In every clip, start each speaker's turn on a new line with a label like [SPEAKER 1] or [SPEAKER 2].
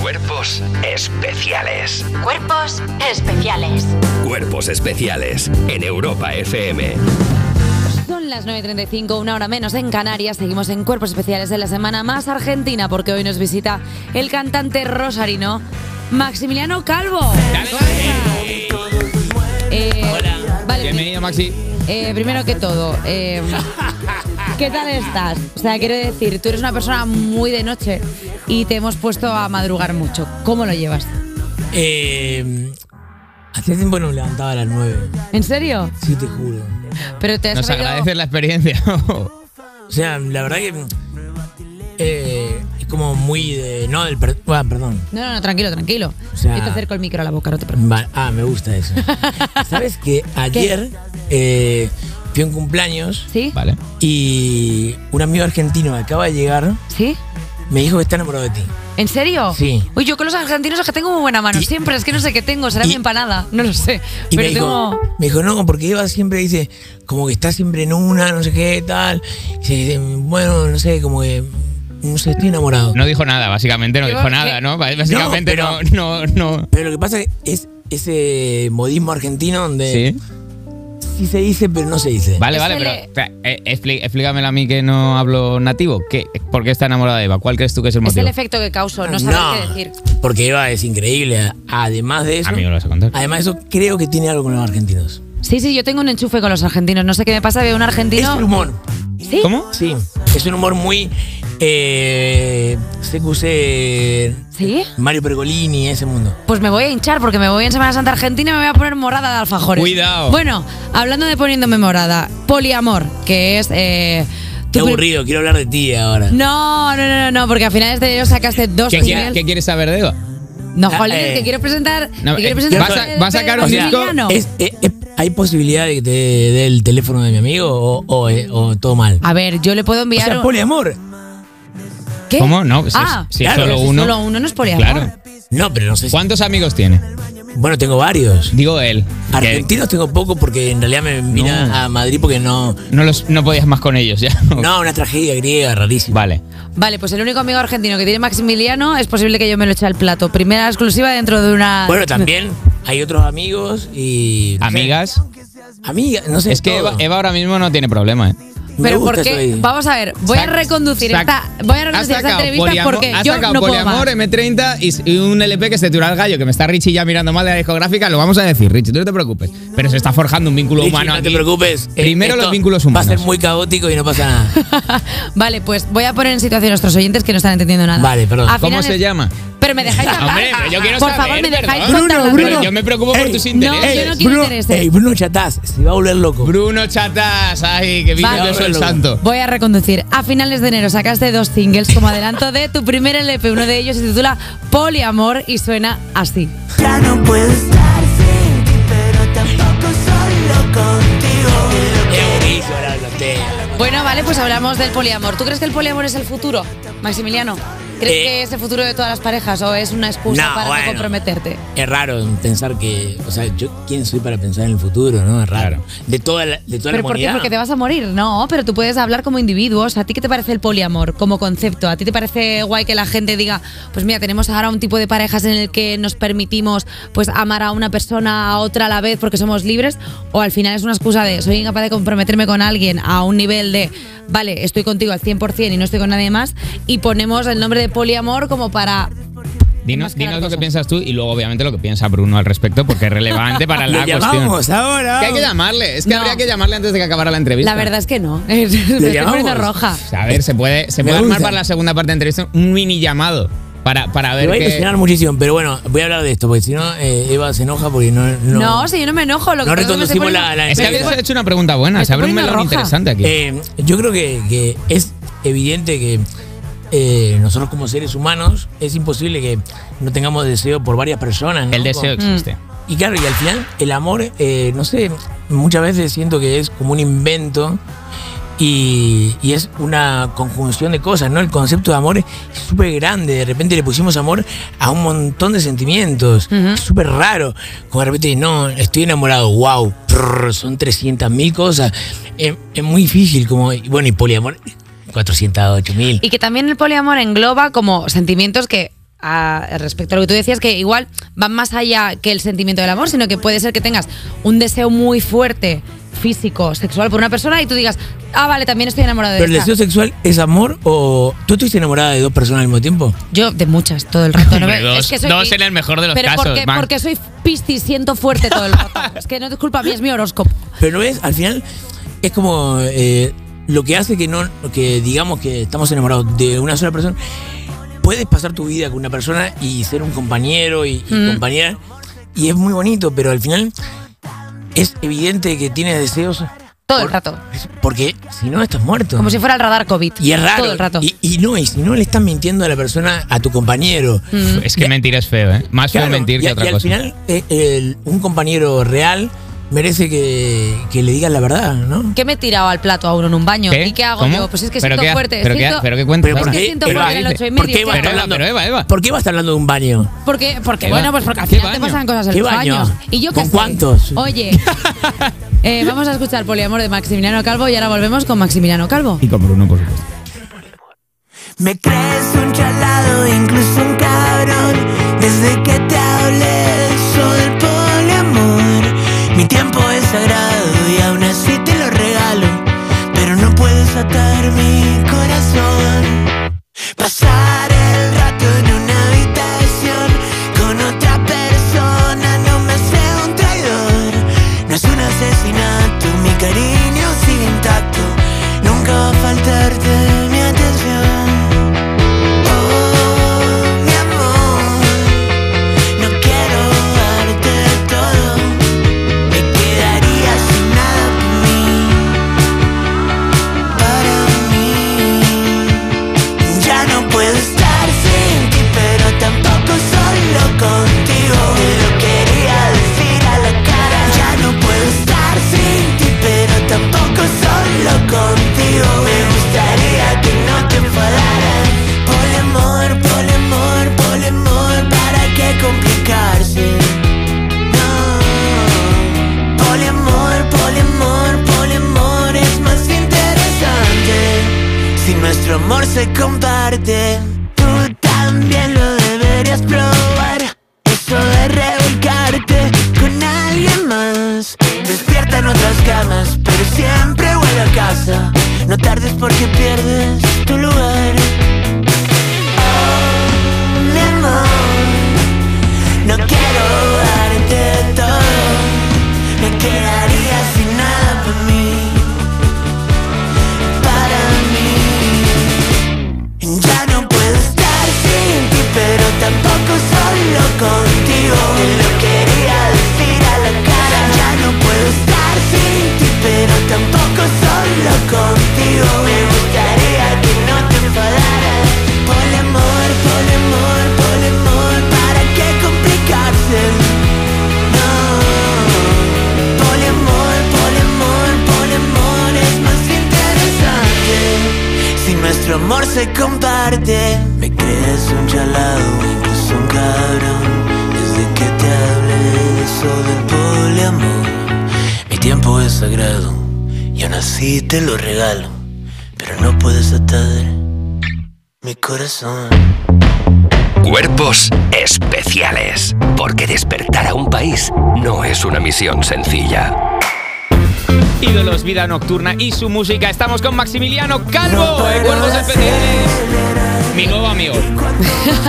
[SPEAKER 1] Cuerpos especiales.
[SPEAKER 2] Cuerpos especiales.
[SPEAKER 1] Cuerpos especiales en Europa FM.
[SPEAKER 3] Son las 9.35, una hora menos en Canarias. Seguimos en Cuerpos Especiales de la Semana Más Argentina, porque hoy nos visita el cantante rosarino Maximiliano Calvo. Eh, vale,
[SPEAKER 4] Bienvenido, Maxi.
[SPEAKER 3] eh, primero que todo, eh, ¿qué tal estás? O sea, quiero decir, tú eres una persona muy de noche y te hemos puesto a madrugar mucho. ¿Cómo lo llevas?
[SPEAKER 5] Eh, hacía tiempo no me levantaba a las 9.
[SPEAKER 3] ¿En serio?
[SPEAKER 5] Sí, te juro.
[SPEAKER 3] Pero te has
[SPEAKER 4] Nos
[SPEAKER 3] traído-
[SPEAKER 4] agradeces la experiencia.
[SPEAKER 5] O sea, la verdad que. eh, es como muy de. No, del. per- ah, perdón.
[SPEAKER 3] No, no, no, tranquilo, tranquilo.
[SPEAKER 5] O sea-
[SPEAKER 3] Yo te acerco el micro a la boca, no te preocupes.
[SPEAKER 5] Va- ah, me gusta eso. ¿Sabes que Ayer eh, fui a un cumpleaños
[SPEAKER 3] ¿Sí?
[SPEAKER 4] vale.
[SPEAKER 5] y un amigo argentino que acaba de llegar
[SPEAKER 3] ¿Sí?
[SPEAKER 5] me dijo que está enamorado de ti.
[SPEAKER 3] ¿En serio?
[SPEAKER 5] Sí.
[SPEAKER 3] Uy, yo con los argentinos es que tengo muy buena mano.
[SPEAKER 5] Y-
[SPEAKER 3] Siempre, es que no sé qué tengo, será
[SPEAKER 5] y-
[SPEAKER 3] mi empanada. No lo sé.
[SPEAKER 5] Y
[SPEAKER 3] Pero
[SPEAKER 5] me, dijo,
[SPEAKER 3] tengo.
[SPEAKER 5] me dijo, no, porque Eva siempre dice, como que está siempre en una, no sé qué, tal. Dice, bueno, no sé, como que, no sé, estoy enamorado.
[SPEAKER 4] No dijo nada, básicamente no
[SPEAKER 3] Yo-
[SPEAKER 4] dijo nada,
[SPEAKER 3] ¿qué?
[SPEAKER 4] ¿no? Básicamente no,
[SPEAKER 5] No,
[SPEAKER 4] no, no.
[SPEAKER 5] Pero lo que pasa es ese modismo argentino donde
[SPEAKER 4] Sí.
[SPEAKER 5] sí, se dice, pero no se dice.
[SPEAKER 4] Vale,
[SPEAKER 3] Es
[SPEAKER 4] vale,
[SPEAKER 3] que
[SPEAKER 4] pero
[SPEAKER 3] le-
[SPEAKER 4] espera, eh, explí- explícamelo a mí que no hablo nativo. ¿Qué, ¿Por qué está enamorada de Eva? ¿Cuál crees tú que es el
[SPEAKER 3] Es el
[SPEAKER 4] motivo?
[SPEAKER 3] efecto que causo, no sabes qué decir.
[SPEAKER 5] porque Eva es increíble. Además de eso,
[SPEAKER 4] A mí me lo vas a contar.
[SPEAKER 5] además de eso, creo que tiene algo con los argentinos.
[SPEAKER 3] Sí, sí, yo tengo un enchufe con los argentinos. No sé qué me pasa, veo un
[SPEAKER 5] Es
[SPEAKER 3] argentino.
[SPEAKER 5] un humor,
[SPEAKER 3] ¿Sí?
[SPEAKER 4] ¿Cómo?
[SPEAKER 5] sí. Es un humor muy eh, CQC,
[SPEAKER 3] ¿Sí?
[SPEAKER 5] Mario Pergolini, ese mundo.
[SPEAKER 3] Pues me voy a hinchar porque me voy en Semana Santa Argentina y me voy a poner morada de alfajores.
[SPEAKER 4] Cuidado.
[SPEAKER 3] Bueno, hablando de poniéndome morada, poliamor, que es. Eh,
[SPEAKER 5] Qué
[SPEAKER 3] tu pri-
[SPEAKER 5] aburrido, quiero hablar de ti ahora.
[SPEAKER 3] No, no, no, no, no, porque a finales de enero sacaste dos
[SPEAKER 4] ¿Qué,
[SPEAKER 3] singles.
[SPEAKER 4] quie- qué quieres saber de Eva?
[SPEAKER 3] No, joder,
[SPEAKER 5] Eh.
[SPEAKER 3] te quiero presentar.
[SPEAKER 4] Ah, No,
[SPEAKER 3] te quiero
[SPEAKER 4] eh,
[SPEAKER 3] presentar
[SPEAKER 4] vas a-
[SPEAKER 3] el
[SPEAKER 4] vas a sacar
[SPEAKER 3] Pedro
[SPEAKER 4] un disco-
[SPEAKER 3] Maximiliano.
[SPEAKER 5] Es- eh, eh, ¿Hay posibilidad de que te dé el teléfono de mi amigo o, o, eh, o todo mal?
[SPEAKER 3] A ver, yo le puedo
[SPEAKER 5] O
[SPEAKER 3] enviar.
[SPEAKER 5] sea,
[SPEAKER 3] un-
[SPEAKER 5] poliamor.
[SPEAKER 3] ¿Qué?
[SPEAKER 4] ¿Cómo? No, si es-
[SPEAKER 3] ah,
[SPEAKER 4] si es
[SPEAKER 5] claro,
[SPEAKER 4] solo
[SPEAKER 3] si es
[SPEAKER 4] uno.
[SPEAKER 3] solo uno no es poliamor.
[SPEAKER 4] Claro.
[SPEAKER 5] No, pero no sé si-
[SPEAKER 4] ¿Cuántos amigos tiene?
[SPEAKER 5] Bueno, tengo varios.
[SPEAKER 4] Digo él. que-
[SPEAKER 5] Argentinos tengo poco porque en realidad me vine
[SPEAKER 4] No.
[SPEAKER 5] a Madrid porque no.
[SPEAKER 4] No, los, no podías más con ellos ya.
[SPEAKER 5] No, una tragedia griega rarísima.
[SPEAKER 4] Vale.
[SPEAKER 3] Vale, pues el único amigo argentino que tiene Maximiliano es posible que yo me lo eche al plato. Primera exclusiva dentro de una.
[SPEAKER 5] Bueno, también hay otros amigos y. no sé,
[SPEAKER 4] Amigas.
[SPEAKER 5] Amigas, no sé.
[SPEAKER 4] Es que
[SPEAKER 5] todo.
[SPEAKER 4] Eva, Eva ahora mismo no tiene problema, ¿eh?
[SPEAKER 5] Me
[SPEAKER 3] Pero
[SPEAKER 5] gusta
[SPEAKER 3] ¿por
[SPEAKER 5] eso
[SPEAKER 3] qué?
[SPEAKER 5] ahí.
[SPEAKER 3] Vamos a ver, voy a
[SPEAKER 4] Sac-
[SPEAKER 3] reconducir
[SPEAKER 4] sac-
[SPEAKER 3] esta, voy a
[SPEAKER 4] Has
[SPEAKER 3] reconducir esta
[SPEAKER 4] sacado
[SPEAKER 3] entrevista
[SPEAKER 4] poliamor-
[SPEAKER 3] porque
[SPEAKER 4] has
[SPEAKER 3] yo
[SPEAKER 4] sacado
[SPEAKER 3] no puedo más.
[SPEAKER 4] poliamor, M30 y s- y un LP que se tiró al gallo, que me está Richie ya mirando mal de la discográfica. Lo vamos a decir, Richie, tú no te preocupes. Pero se está forjando un vínculo
[SPEAKER 5] Richie,
[SPEAKER 4] humano
[SPEAKER 5] no te
[SPEAKER 4] aquí.
[SPEAKER 5] preocupes. eh,
[SPEAKER 4] Primero
[SPEAKER 5] esto
[SPEAKER 4] los vínculos
[SPEAKER 5] Va a
[SPEAKER 4] humanos.
[SPEAKER 5] ser muy caótico y no pasa nada.
[SPEAKER 3] vale, pues voy a poner en situación a nuestros oyentes que no están entendiendo nada.
[SPEAKER 5] Vale, perdón.
[SPEAKER 3] A
[SPEAKER 4] ¿Cómo
[SPEAKER 3] finales-
[SPEAKER 4] se llama? Ah,
[SPEAKER 3] Pero me dejáis hablar.
[SPEAKER 4] Hombre, pero yo quiero
[SPEAKER 3] Por
[SPEAKER 4] saber,
[SPEAKER 3] favor, me
[SPEAKER 4] perdón.
[SPEAKER 3] dejáis
[SPEAKER 4] Bruno,
[SPEAKER 3] contar las
[SPEAKER 4] Bruno.
[SPEAKER 3] cosas.
[SPEAKER 4] yo me preocupo por
[SPEAKER 5] Ey,
[SPEAKER 4] tus intereses.
[SPEAKER 3] yo no quiero
[SPEAKER 5] Bruno,
[SPEAKER 3] intereses.
[SPEAKER 5] ey, Bruno Chatás, se va a volver loco.
[SPEAKER 4] Bruno Chatas, ay, que vive
[SPEAKER 3] Vale.
[SPEAKER 4] yo soy el santo.
[SPEAKER 3] Voy a reconducir. A finales de enero sacaste dos singles como adelanto de tu primer LP. Uno de ellos se titula Poliamor y suena así.
[SPEAKER 6] Ya no puedo estar sin ti, pero tampoco solo contigo.
[SPEAKER 5] Qué buenísimo hablar con usted.
[SPEAKER 3] Bueno, vale, pues hablamos del poliamor. ¿Tú crees que el poliamor es el futuro, Maximiliano? ¿Crees
[SPEAKER 5] Eh.
[SPEAKER 3] que es el futuro de todas las parejas o es una excusa
[SPEAKER 5] No,
[SPEAKER 3] para
[SPEAKER 5] bueno.
[SPEAKER 3] no comprometerte?
[SPEAKER 5] Es raro pensar que. O sea, yo quién soy para pensar en el futuro, ¿no? Es raro.
[SPEAKER 4] Claro.
[SPEAKER 5] De toda la, de toda la
[SPEAKER 3] ¿Pero por qué?
[SPEAKER 5] humanidad.
[SPEAKER 3] Porque te vas a morir. No, pero tú puedes hablar como individuos. ¿A ti qué te parece el poliamor como concepto? ¿A ti te parece guay que la gente diga, pues mira, tenemos ahora un tipo de parejas en el que nos permitimos pues amar a una persona a otra a la vez porque somos libres? ¿O al final es una excusa de soy incapaz de comprometerme con alguien a un nivel de, vale, estoy contigo al 100% y no estoy con nadie más? Y ponemos el nombre de poliamor como para...
[SPEAKER 4] Dinos,
[SPEAKER 3] Enmascarar
[SPEAKER 4] dinos lo que
[SPEAKER 3] cosas.
[SPEAKER 4] piensas tú y luego, obviamente, lo que piensa Bruno al respecto, porque es relevante para
[SPEAKER 5] Lo
[SPEAKER 4] la cuestión.
[SPEAKER 5] llamamos ahora.
[SPEAKER 4] Que hay que llamarle, es que
[SPEAKER 3] No.
[SPEAKER 4] habría que llamarle antes de que acabara la entrevista.
[SPEAKER 3] La verdad es que no. Me estoy poniendo
[SPEAKER 5] llamamos?
[SPEAKER 3] roja.
[SPEAKER 4] O sea, a ver, se puede, se
[SPEAKER 5] Me
[SPEAKER 4] puede armar
[SPEAKER 5] gusta.
[SPEAKER 4] para la segunda parte de la entrevista un mini llamado para, para
[SPEAKER 5] Te
[SPEAKER 4] ver
[SPEAKER 5] va a
[SPEAKER 4] qué.
[SPEAKER 5] ilusionar muchísimo, pero bueno, voy a hablar de esto, porque si no, eh, Eva se enoja porque no. No,
[SPEAKER 3] No, si yo no me enojo. Lo que
[SPEAKER 5] No
[SPEAKER 3] pasa es que me estoy
[SPEAKER 5] reconducimos la-
[SPEAKER 3] poniendo-
[SPEAKER 5] la-
[SPEAKER 4] Es que
[SPEAKER 5] Me
[SPEAKER 4] habías
[SPEAKER 5] estoy-
[SPEAKER 4] hecho una pregunta buena,
[SPEAKER 3] me
[SPEAKER 4] se
[SPEAKER 3] estoy
[SPEAKER 4] abre un
[SPEAKER 3] poniendo
[SPEAKER 4] melón
[SPEAKER 3] roja.
[SPEAKER 4] interesante aquí.
[SPEAKER 5] Eh, yo creo que, que es evidente que eh, nosotros como seres humanos es imposible que no tengamos deseo por varias personas. ¿no?
[SPEAKER 4] el este. deseo
[SPEAKER 5] Mm.
[SPEAKER 4] existe.
[SPEAKER 5] Y claro, y al final el amor, eh, no sé, muchas veces siento que es como un invento y, y es una conjunción de cosas, ¿no? El concepto de amor es súper grande, de repente le pusimos amor a un montón de sentimientos, Es súper raro, como de repente, no, estoy enamorado, wow, prrr, son 300 mil cosas, es, es muy difícil, como, y bueno, y poliamor, 408 mil.
[SPEAKER 3] Y que también el poliamor engloba como sentimientos que a- respecto a lo que tú decías, que igual van más allá que el sentimiento del amor, sino que puede ser que tengas un deseo muy fuerte físico, sexual por una persona y tú digas, ah, vale, también estoy enamorado de
[SPEAKER 5] ¿Pero el
[SPEAKER 3] esta.
[SPEAKER 5] deseo sexual es amor o tú estuviste enamorada de dos personas al mismo tiempo?
[SPEAKER 3] Yo de muchas, todo el rato.
[SPEAKER 4] Hombre,
[SPEAKER 3] me-
[SPEAKER 4] dos-
[SPEAKER 3] es que soy
[SPEAKER 4] dos
[SPEAKER 3] pi-
[SPEAKER 4] en el mejor de los
[SPEAKER 3] Pero
[SPEAKER 4] casos,
[SPEAKER 3] Porque,
[SPEAKER 4] Mac.
[SPEAKER 3] porque soy piscis, siento fuerte todo el rato. es que no es culpa mía, es mi horóscopo.
[SPEAKER 5] Pero es, al final, es como eh, lo que hace que no, que digamos que estamos enamorados de una sola persona. Puedes pasar tu vida con una persona y ser un compañero y, y
[SPEAKER 3] Mm.
[SPEAKER 5] compañera. Y es muy bonito, pero al final es evidente que tienes deseos.
[SPEAKER 3] Todo el
[SPEAKER 5] por-
[SPEAKER 3] rato.
[SPEAKER 5] Porque si no, estás muerto.
[SPEAKER 3] Como si fuera el radar COVID.
[SPEAKER 5] y es raro.
[SPEAKER 3] Todo el rato.
[SPEAKER 5] Y, y no, y si no le estás mintiendo a la persona, a tu compañero.
[SPEAKER 3] Mm.
[SPEAKER 4] Pf, Es que mentir es feo, ¿eh? Más feo
[SPEAKER 5] Claro,
[SPEAKER 4] mentir
[SPEAKER 5] y,
[SPEAKER 4] que
[SPEAKER 5] y
[SPEAKER 4] otra
[SPEAKER 5] al
[SPEAKER 4] cosa.
[SPEAKER 5] final, eh, el- un compañero real merece que, que le digas la verdad, ¿no?
[SPEAKER 3] ¿Qué me he tirado al plato a uno en un baño?
[SPEAKER 4] ¿Qué?
[SPEAKER 3] ¿Y qué hago
[SPEAKER 4] ¿Cómo?
[SPEAKER 3] yo? Pues es que
[SPEAKER 4] ¿Pero
[SPEAKER 3] siento
[SPEAKER 4] qué ha-
[SPEAKER 3] fuerte.
[SPEAKER 4] pero qué ha-
[SPEAKER 3] siento,
[SPEAKER 4] pero qué cuentas,
[SPEAKER 3] es
[SPEAKER 5] Eva?
[SPEAKER 3] que siento
[SPEAKER 5] ¿Qué
[SPEAKER 3] fuerte
[SPEAKER 5] dice?
[SPEAKER 3] en el 8 y
[SPEAKER 5] ¿Por qué
[SPEAKER 3] medio.
[SPEAKER 5] Eva
[SPEAKER 3] ¿qué
[SPEAKER 4] Pero
[SPEAKER 5] está
[SPEAKER 3] hago?
[SPEAKER 4] Eva,
[SPEAKER 5] hablando?
[SPEAKER 4] pero Eva, Eva.
[SPEAKER 5] ¿Por qué vas hablando de un baño?
[SPEAKER 3] Porque, porque
[SPEAKER 4] ¿Qué
[SPEAKER 3] bueno,
[SPEAKER 4] baño?
[SPEAKER 3] pues porque al
[SPEAKER 4] ¿Qué
[SPEAKER 3] final te
[SPEAKER 4] baño?
[SPEAKER 3] pasan cosas en
[SPEAKER 5] ¿Qué
[SPEAKER 3] los
[SPEAKER 5] baño?
[SPEAKER 3] baños. ¿Y yo qué
[SPEAKER 5] ¿Con
[SPEAKER 3] sé?
[SPEAKER 5] cuántos?
[SPEAKER 3] Oye, eh, vamos a escuchar Poliamor de Maximiliano Calvo y ahora volvemos con Maximiliano Calvo.
[SPEAKER 4] Y con Bruno, por supuesto.
[SPEAKER 6] Me crees un chalado, incluso un cabrón Desde que te hablé del sol poliamor Mi tiempo es sagrado y aún así te lo regalo Pero no puedes atar mi corazón Pasar el rato en una habitación Con otra persona no me hace un traidor No es un asesinato, mi cariño sigue intacto Nunca va a faltarte mi atención Oh, mi amor, no quiero darte todo, me quedaría sin nada por mí, para mí. Ya no puedo estar sin ti, pero tampoco solo contigo. Te lo quería decir a la cara. Ya no puedo estar sin ti, pero tampoco solo contigo. Me gustaría que no te enfadaras. Poliamor, poliamor, poliamor, ¿para qué complicarse? No. Poliamor, poliamor, poliamor es más interesante si nuestro amor se comparte. Tú también lo deberías probar. Eso de revolcarte con alguien más. Despierta en otras camas, pero siempre vuelve a casa. No tardes porque pierdes tu lugar. Oh, Mi amor, no quiero darte todo, me quedaría sin nada por mí, para mí. Ya no puedo estar sin ti, pero tampoco solo contigo. Te lo quería decir a la cara. Ya no puedo estar sin ti, pero tampoco solo contigo. Me gustaría que no te enfadaras. Poliamor, poliamor, poliamor, ¿para qué complicarse? No. Poliamor, poliamor, poliamor es más interesante si nuestro amor se comparte. Me crees un chalado, incluso un cabrón, desde que te hablé de eso del poliamor. Mi tiempo es sagrado y aún así te lo regalo, pero no puedes atar. Mi corazón.
[SPEAKER 1] Cuerpos especiales. Porque despertar a un país no es una misión sencilla.
[SPEAKER 4] Ídolos, vida nocturna y su música. Estamos con Maximiliano Calvo
[SPEAKER 6] No
[SPEAKER 4] de Cuerpos
[SPEAKER 6] puedo
[SPEAKER 4] Especiales. Amigo o amigo.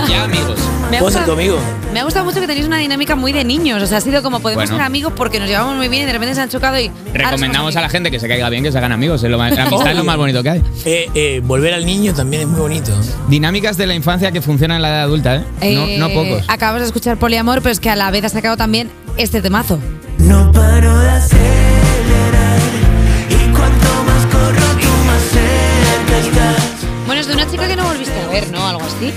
[SPEAKER 4] Ya, amigos.
[SPEAKER 3] Me ha
[SPEAKER 5] ¿Vos sos
[SPEAKER 3] gustado-
[SPEAKER 5] tu amigo?
[SPEAKER 3] Me ha gustado mucho que tenéis una dinámica muy de niños. O sea, ha sido como podemos
[SPEAKER 4] Bueno.
[SPEAKER 3] ser amigos porque nos llevamos muy bien y de repente se han chocado y.
[SPEAKER 4] Recomendamos a la gente que se caiga bien, que se hagan amigos. es lo más- La amistad es lo
[SPEAKER 5] Obvio.
[SPEAKER 4] más bonito que hay.
[SPEAKER 5] Eh, eh, volver al niño también es muy bonito.
[SPEAKER 4] Dinámicas de la infancia que funcionan en la edad adulta, ¿eh? no, no pocos.
[SPEAKER 3] Acabamos de escuchar Poliamor, pero es que a la vez ha sacado también este temazo.
[SPEAKER 6] No paro de acelerar Y cuanto más corro tú más cerca estás
[SPEAKER 3] Bueno, es de una chica que no volviste a ver, ¿no? Algo así.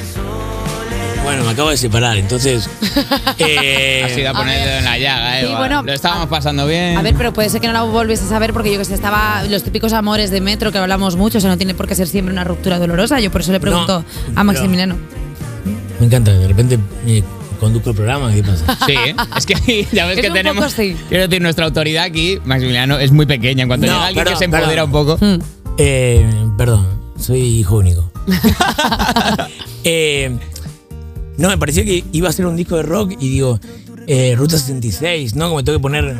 [SPEAKER 5] Bueno, me acabo de separar, entonces. eh,
[SPEAKER 4] Has ido a
[SPEAKER 3] a
[SPEAKER 4] poner el
[SPEAKER 3] ver.
[SPEAKER 4] dedo en la llaga,
[SPEAKER 3] Sí,
[SPEAKER 4] Eva.
[SPEAKER 3] bueno,
[SPEAKER 4] lo estábamos pasando bien.
[SPEAKER 3] A ver, pero puede ser que no la volvieses a ver porque yo que sé, estaba los típicos amores de metro que hablamos mucho, o sea, no tiene por qué ser siempre una ruptura dolorosa. Yo por eso le pregunto
[SPEAKER 5] No,
[SPEAKER 3] a Maximiliano.
[SPEAKER 5] me encanta, de repente eh, conduzco el programa, ¿qué pasa?
[SPEAKER 4] Sí, ¿eh? es que ahí ya ves
[SPEAKER 3] Es
[SPEAKER 4] que
[SPEAKER 3] un poco
[SPEAKER 4] tenemos.
[SPEAKER 3] así.
[SPEAKER 4] Quiero decir, nuestra autoridad aquí, Maximiliano, es muy pequeña. En cuanto
[SPEAKER 5] No,
[SPEAKER 4] llega alguien
[SPEAKER 5] perdón,
[SPEAKER 4] que se empodera
[SPEAKER 5] perdón.
[SPEAKER 4] un poco.
[SPEAKER 3] Mm.
[SPEAKER 5] Eh, perdón, soy hijo único. Eh, No, me parecía que iba a ser un disco de rock y digo, eh, Ruta 66, ¿no? Como tengo que poner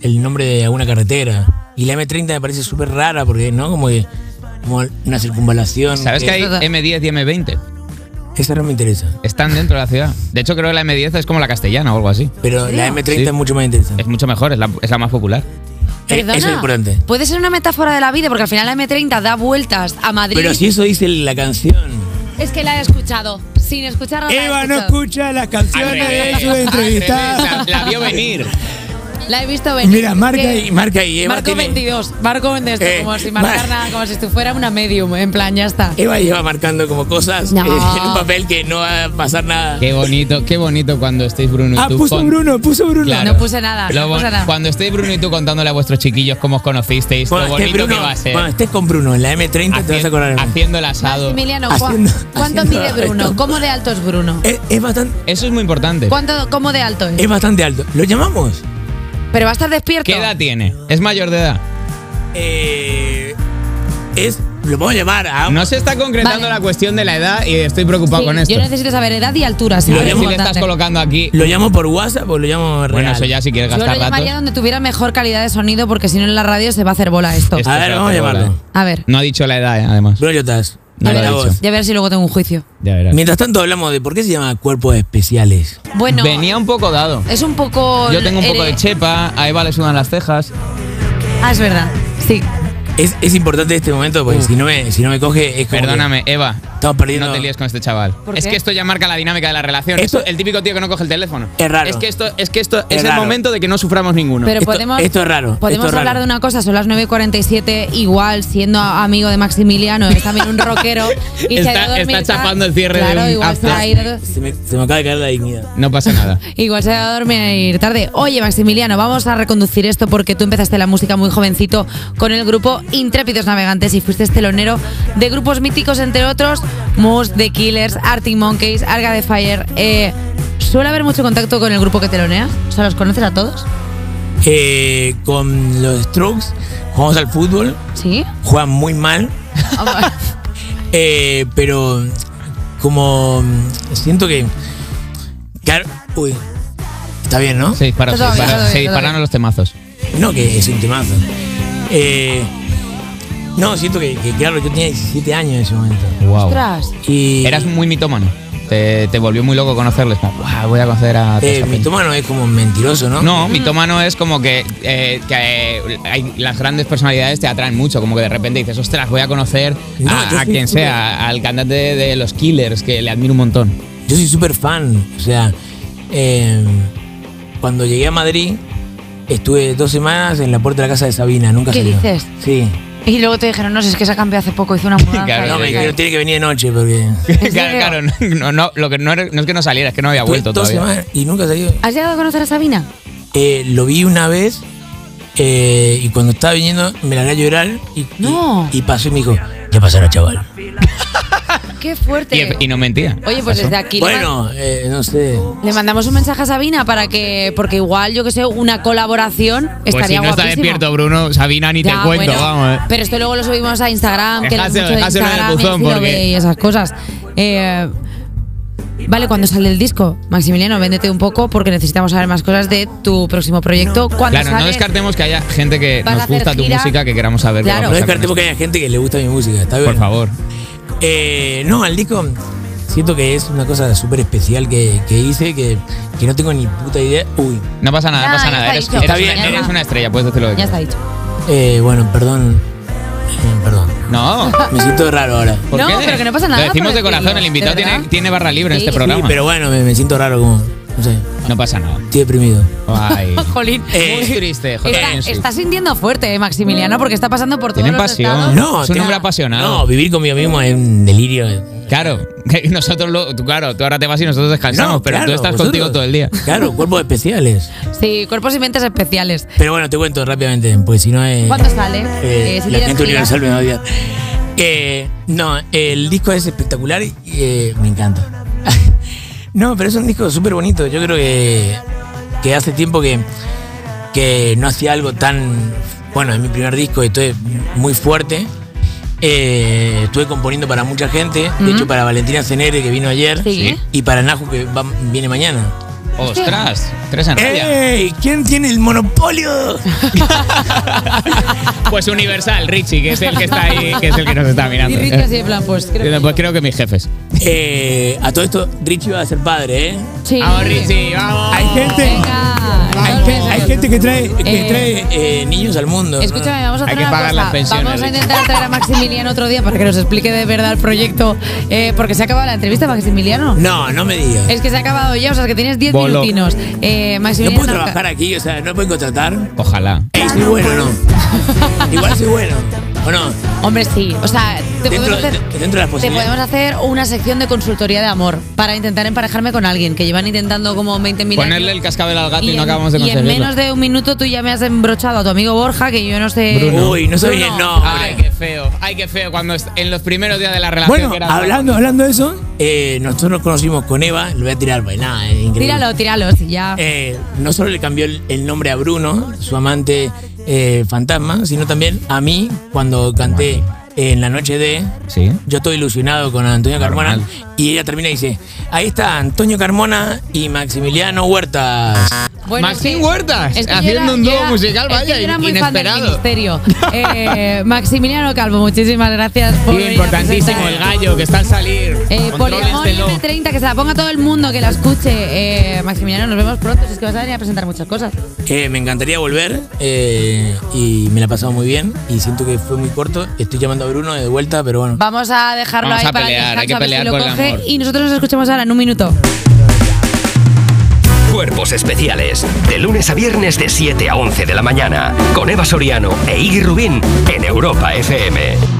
[SPEAKER 5] el nombre de alguna carretera. Y la M30 me parece súper rara porque, ¿no? Como que como una circunvalación. Eh,
[SPEAKER 4] ¿Sabes que hay M10 y M20?
[SPEAKER 5] Esa no me interesa.
[SPEAKER 4] Están dentro de la ciudad. De hecho, creo que la M10 es como la castellana o algo así.
[SPEAKER 5] Pero la M30
[SPEAKER 4] Sí.
[SPEAKER 5] es mucho más interesante.
[SPEAKER 4] Es mucho mejor, es la, es la más popular.
[SPEAKER 5] Eh,
[SPEAKER 3] Perdona,
[SPEAKER 5] eso es importante.
[SPEAKER 3] Puede ser una metáfora de la vida, porque al final la M30 da vueltas a Madrid.
[SPEAKER 5] Pero si eso dice la canción.
[SPEAKER 3] Es que la he escuchado. Sin escucharla. la he escuchado.
[SPEAKER 5] escucha las
[SPEAKER 4] La, la vio venir.
[SPEAKER 3] La he visto venir.
[SPEAKER 5] Mira, marca
[SPEAKER 3] Que-
[SPEAKER 5] y- marca y Eva
[SPEAKER 3] Marco
[SPEAKER 5] tiene-
[SPEAKER 3] 22. Marco 22.
[SPEAKER 5] Eh,
[SPEAKER 3] como si marcar
[SPEAKER 5] mar- Eh,
[SPEAKER 3] nada, como si tú fuera una medium. En plan, ya está.
[SPEAKER 5] Eva lleva marcando como cosas
[SPEAKER 3] No.
[SPEAKER 5] eh, en un papel que no va a pasar nada. Ah,
[SPEAKER 4] Qué bonito, qué bonito cuando estéis Bruno y tú. con-
[SPEAKER 5] puso Bruno.
[SPEAKER 4] Claro.
[SPEAKER 3] No puse nada, Ah, no
[SPEAKER 4] Lo bon-
[SPEAKER 3] puse nada.
[SPEAKER 4] Cuando estéis Bruno y tú contándole a vuestros chiquillos cómo os conocisteis,
[SPEAKER 5] Cuando
[SPEAKER 4] lo
[SPEAKER 5] estés,
[SPEAKER 4] bonito
[SPEAKER 5] este Bruno-
[SPEAKER 4] que va a ser.
[SPEAKER 5] cuando estés con Bruno en la M30 te vas
[SPEAKER 4] Haci-
[SPEAKER 5] a acordar. de mí.
[SPEAKER 4] haciendo el asado.
[SPEAKER 3] Maximiliano, ¿cu-
[SPEAKER 5] Haciendo-
[SPEAKER 3] ¿cuánto
[SPEAKER 5] haciendo
[SPEAKER 3] mide Bruno?
[SPEAKER 5] esto. Eh,
[SPEAKER 3] ¿Cómo de alto es Bruno?
[SPEAKER 5] Es, es bastante,
[SPEAKER 4] Eso es muy importante.
[SPEAKER 3] ¿Cuánto, ¿Cómo de alto es?
[SPEAKER 5] es bastante alto. ¿Lo llamamos?
[SPEAKER 3] Pero va a estar despierto.
[SPEAKER 4] ¿Qué edad tiene? ¿Es mayor de edad?
[SPEAKER 5] Eh, es, lo podemos llamar a
[SPEAKER 4] No se está concretando
[SPEAKER 3] Vale.
[SPEAKER 4] la cuestión de la edad y estoy preocupado
[SPEAKER 3] Sí,
[SPEAKER 4] con esto.
[SPEAKER 3] Yo necesito saber edad y altura. Si
[SPEAKER 4] A
[SPEAKER 3] no
[SPEAKER 4] ver
[SPEAKER 3] es
[SPEAKER 4] si le estás
[SPEAKER 3] importante.
[SPEAKER 4] colocando aquí.
[SPEAKER 5] ¿Lo llamo por WhatsApp o lo llamo real?
[SPEAKER 4] Bueno, eso ya si quieres
[SPEAKER 3] Yo lo
[SPEAKER 4] gastar
[SPEAKER 3] llamaría
[SPEAKER 4] datos.
[SPEAKER 3] donde tuviera mejor calidad de sonido, porque si no en la radio se va a hacer bola esto.
[SPEAKER 4] Esto
[SPEAKER 5] A ver,
[SPEAKER 4] se
[SPEAKER 5] vamos a
[SPEAKER 4] hace bola,
[SPEAKER 5] llamarlo.
[SPEAKER 4] eh.
[SPEAKER 3] A ver,
[SPEAKER 4] No ha dicho la edad, eh, además.
[SPEAKER 5] Bruno Yotas.
[SPEAKER 4] No
[SPEAKER 5] la
[SPEAKER 4] lo ha
[SPEAKER 5] voz.
[SPEAKER 4] dicho.
[SPEAKER 3] ya veré si luego tengo un juicio.
[SPEAKER 4] Ya verás.
[SPEAKER 5] Mientras tanto hablamos de por qué se llama cuerpos especiales.
[SPEAKER 3] Bueno,
[SPEAKER 4] Venía un poco dado.
[SPEAKER 3] es un poco.
[SPEAKER 4] Yo tengo un poco de
[SPEAKER 3] eres-
[SPEAKER 4] chepa, a Eva le sudan las cejas.
[SPEAKER 3] Ah, es verdad. Sí.
[SPEAKER 5] Es, es importante este momento porque si, no me, si no me coge es como que
[SPEAKER 4] Uh. Perdóname, Eva.
[SPEAKER 5] estamos perdiendo.
[SPEAKER 4] No te líes con este chaval.
[SPEAKER 3] ¿Por
[SPEAKER 4] Es
[SPEAKER 3] qué?
[SPEAKER 4] que esto ya marca la dinámica de la relación.
[SPEAKER 5] Esto-
[SPEAKER 4] Esto- el típico tío que no coge el teléfono.
[SPEAKER 5] Es raro.
[SPEAKER 4] Es que esto es, que esto es,
[SPEAKER 5] Es
[SPEAKER 4] el
[SPEAKER 5] raro.
[SPEAKER 4] momento de que no suframos ninguno.
[SPEAKER 3] Pero
[SPEAKER 5] Esto-
[SPEAKER 3] podemos.
[SPEAKER 5] esto es raro,
[SPEAKER 3] Podemos
[SPEAKER 5] esto es
[SPEAKER 3] hablar
[SPEAKER 5] raro.
[SPEAKER 3] de una cosa, son las 9.47, igual siendo a- amigo de Maximiliano, es también un rockero. Y se ha ido a
[SPEAKER 4] Está-
[SPEAKER 3] dormir
[SPEAKER 4] está
[SPEAKER 3] tarde.
[SPEAKER 4] chapando el cierre de
[SPEAKER 3] Claro,
[SPEAKER 4] un
[SPEAKER 3] igual se,
[SPEAKER 4] after.
[SPEAKER 3] ha ido,
[SPEAKER 5] Se me, se me acaba de caer la dignidad.
[SPEAKER 4] No pasa nada.
[SPEAKER 3] igual se ha ido a dormir tarde. Oye, Maximiliano, vamos a reconducir esto porque tú empezaste la música muy jovencito con el grupo Intrépidos Navegantes y fuiste telonero de grupos míticos, entre otros Moose, The Killers, Arctic Monkeys, Arga de Fire. Eh, ¿Suele haber mucho contacto con el grupo que teloneas? O sea, ¿los conoces a todos?
[SPEAKER 5] Eh, con los Strokes jugamos al fútbol,
[SPEAKER 3] ¿Sí?
[SPEAKER 5] juegan muy mal, eh, pero como mm, siento que... Claro, uy, está bien, ¿no?
[SPEAKER 4] Se disparan, se
[SPEAKER 3] Todo bien,
[SPEAKER 4] disparan-
[SPEAKER 3] todo bien,
[SPEAKER 4] se
[SPEAKER 3] todo
[SPEAKER 4] dispararon
[SPEAKER 3] bien.
[SPEAKER 4] los temazos.
[SPEAKER 5] No, que es un temazo. Eh, no, siento que, que, claro, yo tenía 17 años en ese momento.
[SPEAKER 4] Wow.
[SPEAKER 3] Ostras.
[SPEAKER 5] Y
[SPEAKER 4] Eras muy mitómano. Te, te volvió muy loco conocerles. Como, "Guau, voy a conocer a. toda
[SPEAKER 5] eh,
[SPEAKER 4] esta gente".
[SPEAKER 5] mitómano es como mentiroso, ¿no?
[SPEAKER 4] No, mitómano es como que, eh, que, eh, hay- las grandes personalidades te atraen mucho, como que de repente dices, ostras, voy a conocer
[SPEAKER 5] No, yo
[SPEAKER 4] a, a
[SPEAKER 5] soy
[SPEAKER 4] quien
[SPEAKER 5] súper-
[SPEAKER 4] sea, al cantante de, de los Killers, que le admiro un montón.
[SPEAKER 5] Yo soy súper fan. O sea, eh, cuando llegué a Madrid, estuve dos semanas en la puerta de la casa de Sabina. Nunca
[SPEAKER 3] ¿Qué
[SPEAKER 5] salió.
[SPEAKER 3] dices?
[SPEAKER 5] Sí.
[SPEAKER 3] Y luego te dijeron, no sé, es que se ha cambiado hace poco, hizo una mudanza.
[SPEAKER 4] Claro,
[SPEAKER 5] No,
[SPEAKER 4] sí, claro.
[SPEAKER 5] me dijeron, tiene que venir de noche porque...
[SPEAKER 4] claro,
[SPEAKER 3] serio?
[SPEAKER 4] claro, no, no, lo que no, era- no es que no saliera, es que no había
[SPEAKER 5] Estuve
[SPEAKER 4] vuelto
[SPEAKER 5] dos
[SPEAKER 4] todavía.
[SPEAKER 5] semanas y nunca salió.
[SPEAKER 3] ¿Has llegado a conocer a Sabina?
[SPEAKER 5] Eh, lo vi una vez eh, y cuando estaba viniendo me la a llorar y, y-
[SPEAKER 3] No.
[SPEAKER 5] y, pasó y me dijo, ¿qué pasará, chaval?
[SPEAKER 3] ¡Qué fuerte!
[SPEAKER 4] Y, y no mentía.
[SPEAKER 3] Oye, pues desde aquí le man-
[SPEAKER 5] Bueno, eh, no sé.
[SPEAKER 3] le, mandamos un mensaje a Sabina para que, porque igual, yo que sé, una colaboración
[SPEAKER 4] Pues
[SPEAKER 3] estaría
[SPEAKER 4] si no está
[SPEAKER 3] guapísima.
[SPEAKER 4] despierto Bruno, Sabina ni
[SPEAKER 3] Ya,
[SPEAKER 4] te cuento,
[SPEAKER 3] bueno,
[SPEAKER 4] vamos. eh.
[SPEAKER 3] Pero esto luego lo subimos a Instagram, que
[SPEAKER 4] Dejáselo-
[SPEAKER 3] lo mucho de
[SPEAKER 4] dejáselo en el
[SPEAKER 3] Instagram y
[SPEAKER 4] buzón,
[SPEAKER 3] así lo
[SPEAKER 4] porque-
[SPEAKER 3] ve y esas cosas. Eh, vale, cuando sale el disco, Maximiliano, véndete un poco porque necesitamos saber más cosas de tu próximo proyecto. ¿Cuándo
[SPEAKER 4] Claro, no
[SPEAKER 3] sale?
[SPEAKER 4] descartemos que haya gente que
[SPEAKER 3] Vas a
[SPEAKER 4] nos
[SPEAKER 3] hacer
[SPEAKER 4] gusta tu
[SPEAKER 3] gira.
[SPEAKER 4] música que queramos saber. qué va a
[SPEAKER 3] Claro.
[SPEAKER 5] No
[SPEAKER 4] pasar
[SPEAKER 5] descarté
[SPEAKER 4] con
[SPEAKER 5] porque hay gente que le gusta mi música, está
[SPEAKER 4] esto.
[SPEAKER 5] bien.
[SPEAKER 4] Por favor.
[SPEAKER 5] Eh, no, al disco siento que es una cosa súper especial que, que hice que, que no tengo ni puta idea. Uy,
[SPEAKER 4] No pasa nada, no
[SPEAKER 3] Nada,
[SPEAKER 4] pasa
[SPEAKER 3] ya
[SPEAKER 4] nada.
[SPEAKER 3] está
[SPEAKER 4] Eres,
[SPEAKER 3] dicho.
[SPEAKER 4] eres
[SPEAKER 5] Está bien,
[SPEAKER 4] una,
[SPEAKER 5] ya
[SPEAKER 4] eres
[SPEAKER 3] está.
[SPEAKER 4] una estrella, puedes decirlo.
[SPEAKER 3] Ya está dicho.
[SPEAKER 5] eh, bueno, perdón. Eh, perdón.
[SPEAKER 4] No.
[SPEAKER 5] Me siento raro ahora.
[SPEAKER 4] ¿por
[SPEAKER 3] No,
[SPEAKER 4] qué?
[SPEAKER 3] pero que no pasa nada
[SPEAKER 4] Lo decimos
[SPEAKER 3] por
[SPEAKER 4] de corazón,
[SPEAKER 3] decirlo,
[SPEAKER 4] el
[SPEAKER 3] ¿de
[SPEAKER 4] invitado
[SPEAKER 3] verdad?
[SPEAKER 4] tiene, tiene barra libre
[SPEAKER 3] Sí.
[SPEAKER 4] en este
[SPEAKER 5] Sí,
[SPEAKER 4] programa.
[SPEAKER 5] pero bueno, me, me siento raro como. No sé.
[SPEAKER 4] No pasa nada.
[SPEAKER 5] Estoy deprimido.
[SPEAKER 4] Ay.
[SPEAKER 3] Jolín.
[SPEAKER 5] Eh,
[SPEAKER 4] Muy triste, J.
[SPEAKER 3] Está,
[SPEAKER 4] Lindsay.
[SPEAKER 3] está sintiendo fuerte, eh, Maximiliano, porque está pasando por todos
[SPEAKER 4] Tienen
[SPEAKER 3] los
[SPEAKER 4] pasión.
[SPEAKER 3] estados.
[SPEAKER 5] No,
[SPEAKER 4] es un
[SPEAKER 5] tiene-
[SPEAKER 4] hombre apasionado.
[SPEAKER 5] No, vivir conmigo mismo es un delirio.
[SPEAKER 4] Claro, que nosotros lo, tú, claro, tú ahora te vas y nosotros descansamos,
[SPEAKER 5] No,
[SPEAKER 4] pero tú
[SPEAKER 5] claro,
[SPEAKER 4] estás
[SPEAKER 5] vosotros.
[SPEAKER 4] contigo todo el día.
[SPEAKER 5] Claro, cuerpos especiales.
[SPEAKER 3] Sí, cuerpos y mentes especiales.
[SPEAKER 5] Pero bueno, te cuento rápidamente, pues si no es.
[SPEAKER 3] ¿Cuándo sale?
[SPEAKER 5] Eh,
[SPEAKER 3] Eh, si
[SPEAKER 5] la
[SPEAKER 3] tienes gira.
[SPEAKER 5] gente universal me va a odiar. Eh, no, el disco es espectacular y eh, me encanta. no, pero es un disco súper bonito. Yo creo que, que hace tiempo que, que no hacía algo tan. Bueno, es mi primer disco y estoy muy fuerte. Eh, estuve componiendo para mucha gente, de hecho para Valentina Cenere que vino ayer
[SPEAKER 3] Sí.
[SPEAKER 5] y para Naju que va- viene mañana.
[SPEAKER 4] ¡Ostras! Tres a Naya.
[SPEAKER 3] Eh.
[SPEAKER 5] ¡Ey! ¿Quién tiene el monopolio?
[SPEAKER 4] Pues Universal, Richie, que es el que está ahí, que es el que nos está mirando.
[SPEAKER 3] Y Richie así de plan, pues creo que...
[SPEAKER 4] Pues creo que mis jefes.
[SPEAKER 5] Eh, a todo esto, Richie va a ser padre, ¿eh?
[SPEAKER 3] Sí.
[SPEAKER 4] ¡Vamos, Richie! ¡Vamos!
[SPEAKER 5] Hay gente,
[SPEAKER 3] Venga.
[SPEAKER 5] hay,
[SPEAKER 3] Vamos.
[SPEAKER 5] gen- hay gente que trae, que
[SPEAKER 3] Eh,
[SPEAKER 5] trae eh, niños al mundo. ¿no?
[SPEAKER 3] Escúchame, vamos a
[SPEAKER 4] Hay
[SPEAKER 3] hacer
[SPEAKER 4] que
[SPEAKER 3] una
[SPEAKER 4] pagar
[SPEAKER 3] cosa.
[SPEAKER 4] las pensiones,
[SPEAKER 3] Vamos a
[SPEAKER 4] Richie.
[SPEAKER 3] intentar traer a Maximiliano otro día para que nos explique de verdad el proyecto. Eh, porque se ha acabado la entrevista, Maximiliano.
[SPEAKER 5] No, no me digas.
[SPEAKER 3] Es que se ha acabado ya, o sea, que tienes 10
[SPEAKER 4] Voló.
[SPEAKER 3] minutinos. Eh,
[SPEAKER 5] No
[SPEAKER 3] Maximiliano.
[SPEAKER 5] puedo trabajar aquí, o sea, no puedo contratar.
[SPEAKER 4] Ojalá.
[SPEAKER 5] Ey, soy bueno, ¿no? Igual soy bueno, ¿o no?
[SPEAKER 3] Hombre, sí. O sea, te
[SPEAKER 5] Dentro,
[SPEAKER 3] podemos hacer.
[SPEAKER 5] de- dentro de las
[SPEAKER 3] Te podemos
[SPEAKER 5] posibilidades.
[SPEAKER 3] hacer una sección de consultoría de amor para intentar emparejarme con alguien que llevan intentando como 20 mil
[SPEAKER 4] Ponerle el cascabel al gato y,
[SPEAKER 3] en,
[SPEAKER 4] no acabamos de
[SPEAKER 3] y en
[SPEAKER 4] conseguirlo.
[SPEAKER 3] menos de un minuto tú ya me has embrochado a tu amigo Borja, que yo Eh, no sé.
[SPEAKER 4] Bruno.
[SPEAKER 5] Uy, no sabía el
[SPEAKER 3] Bruno.
[SPEAKER 5] nombre.
[SPEAKER 4] Ay, qué feo. Ay, qué feo. Cuando est- en los primeros días de la relación.
[SPEAKER 5] Bueno,
[SPEAKER 4] que era-
[SPEAKER 5] hablando, hablando de eso, eh, nosotros nos conocimos con Eva, lo voy a tirar, pues nada, es increíble.
[SPEAKER 3] Tíralo, tíralo, si ya.
[SPEAKER 5] Eh, no solo le cambió el, el nombre a Bruno, su amante eh, fantasma, sino también a mí cuando canté en la noche de
[SPEAKER 4] Sí.
[SPEAKER 5] Yo estoy ilusionado con Antonio Carmona y ella termina y dice, ahí está Antonio Carmona y Maximiliano Huertas.
[SPEAKER 3] Bueno,
[SPEAKER 4] Maxim Huertas,
[SPEAKER 3] yo
[SPEAKER 4] haciendo un
[SPEAKER 3] yo
[SPEAKER 4] dúo musical,
[SPEAKER 3] es que
[SPEAKER 4] vaya,
[SPEAKER 3] yo era muy
[SPEAKER 4] inesperado.
[SPEAKER 3] Fan del ministerio. Eh, Maximiliano Calvo, muchísimas gracias por.
[SPEAKER 4] Sí,
[SPEAKER 3] venir a
[SPEAKER 4] importantísimo,
[SPEAKER 3] presentar.
[SPEAKER 4] el gallo que está al salir.
[SPEAKER 3] Eh, Poliamor
[SPEAKER 4] Contrólenselo.
[SPEAKER 3] M30, que se la ponga todo el mundo, que la escuche. Eh, Maximiliano, nos vemos pronto. Si es que vas a venir a presentar muchas cosas.
[SPEAKER 5] Eh, me encantaría volver eh, y me la he pasado muy bien y siento que fue muy corto. Estoy llamando a Bruno de vuelta, pero bueno.
[SPEAKER 3] Vamos a dejarlo
[SPEAKER 4] Vamos
[SPEAKER 3] ahí
[SPEAKER 4] a
[SPEAKER 3] para
[SPEAKER 4] pelear,
[SPEAKER 3] que
[SPEAKER 4] hay que
[SPEAKER 3] Nacho a ver si
[SPEAKER 4] pelear
[SPEAKER 3] lo
[SPEAKER 4] por el
[SPEAKER 3] coge.
[SPEAKER 4] amor.
[SPEAKER 3] Y nosotros nos escuchamos ahora en un minuto.
[SPEAKER 1] Cuerpos especiales. De lunes a viernes de 7 a 11 de la mañana. Con Eva Soriano e Iggy Rubín en Europa FM.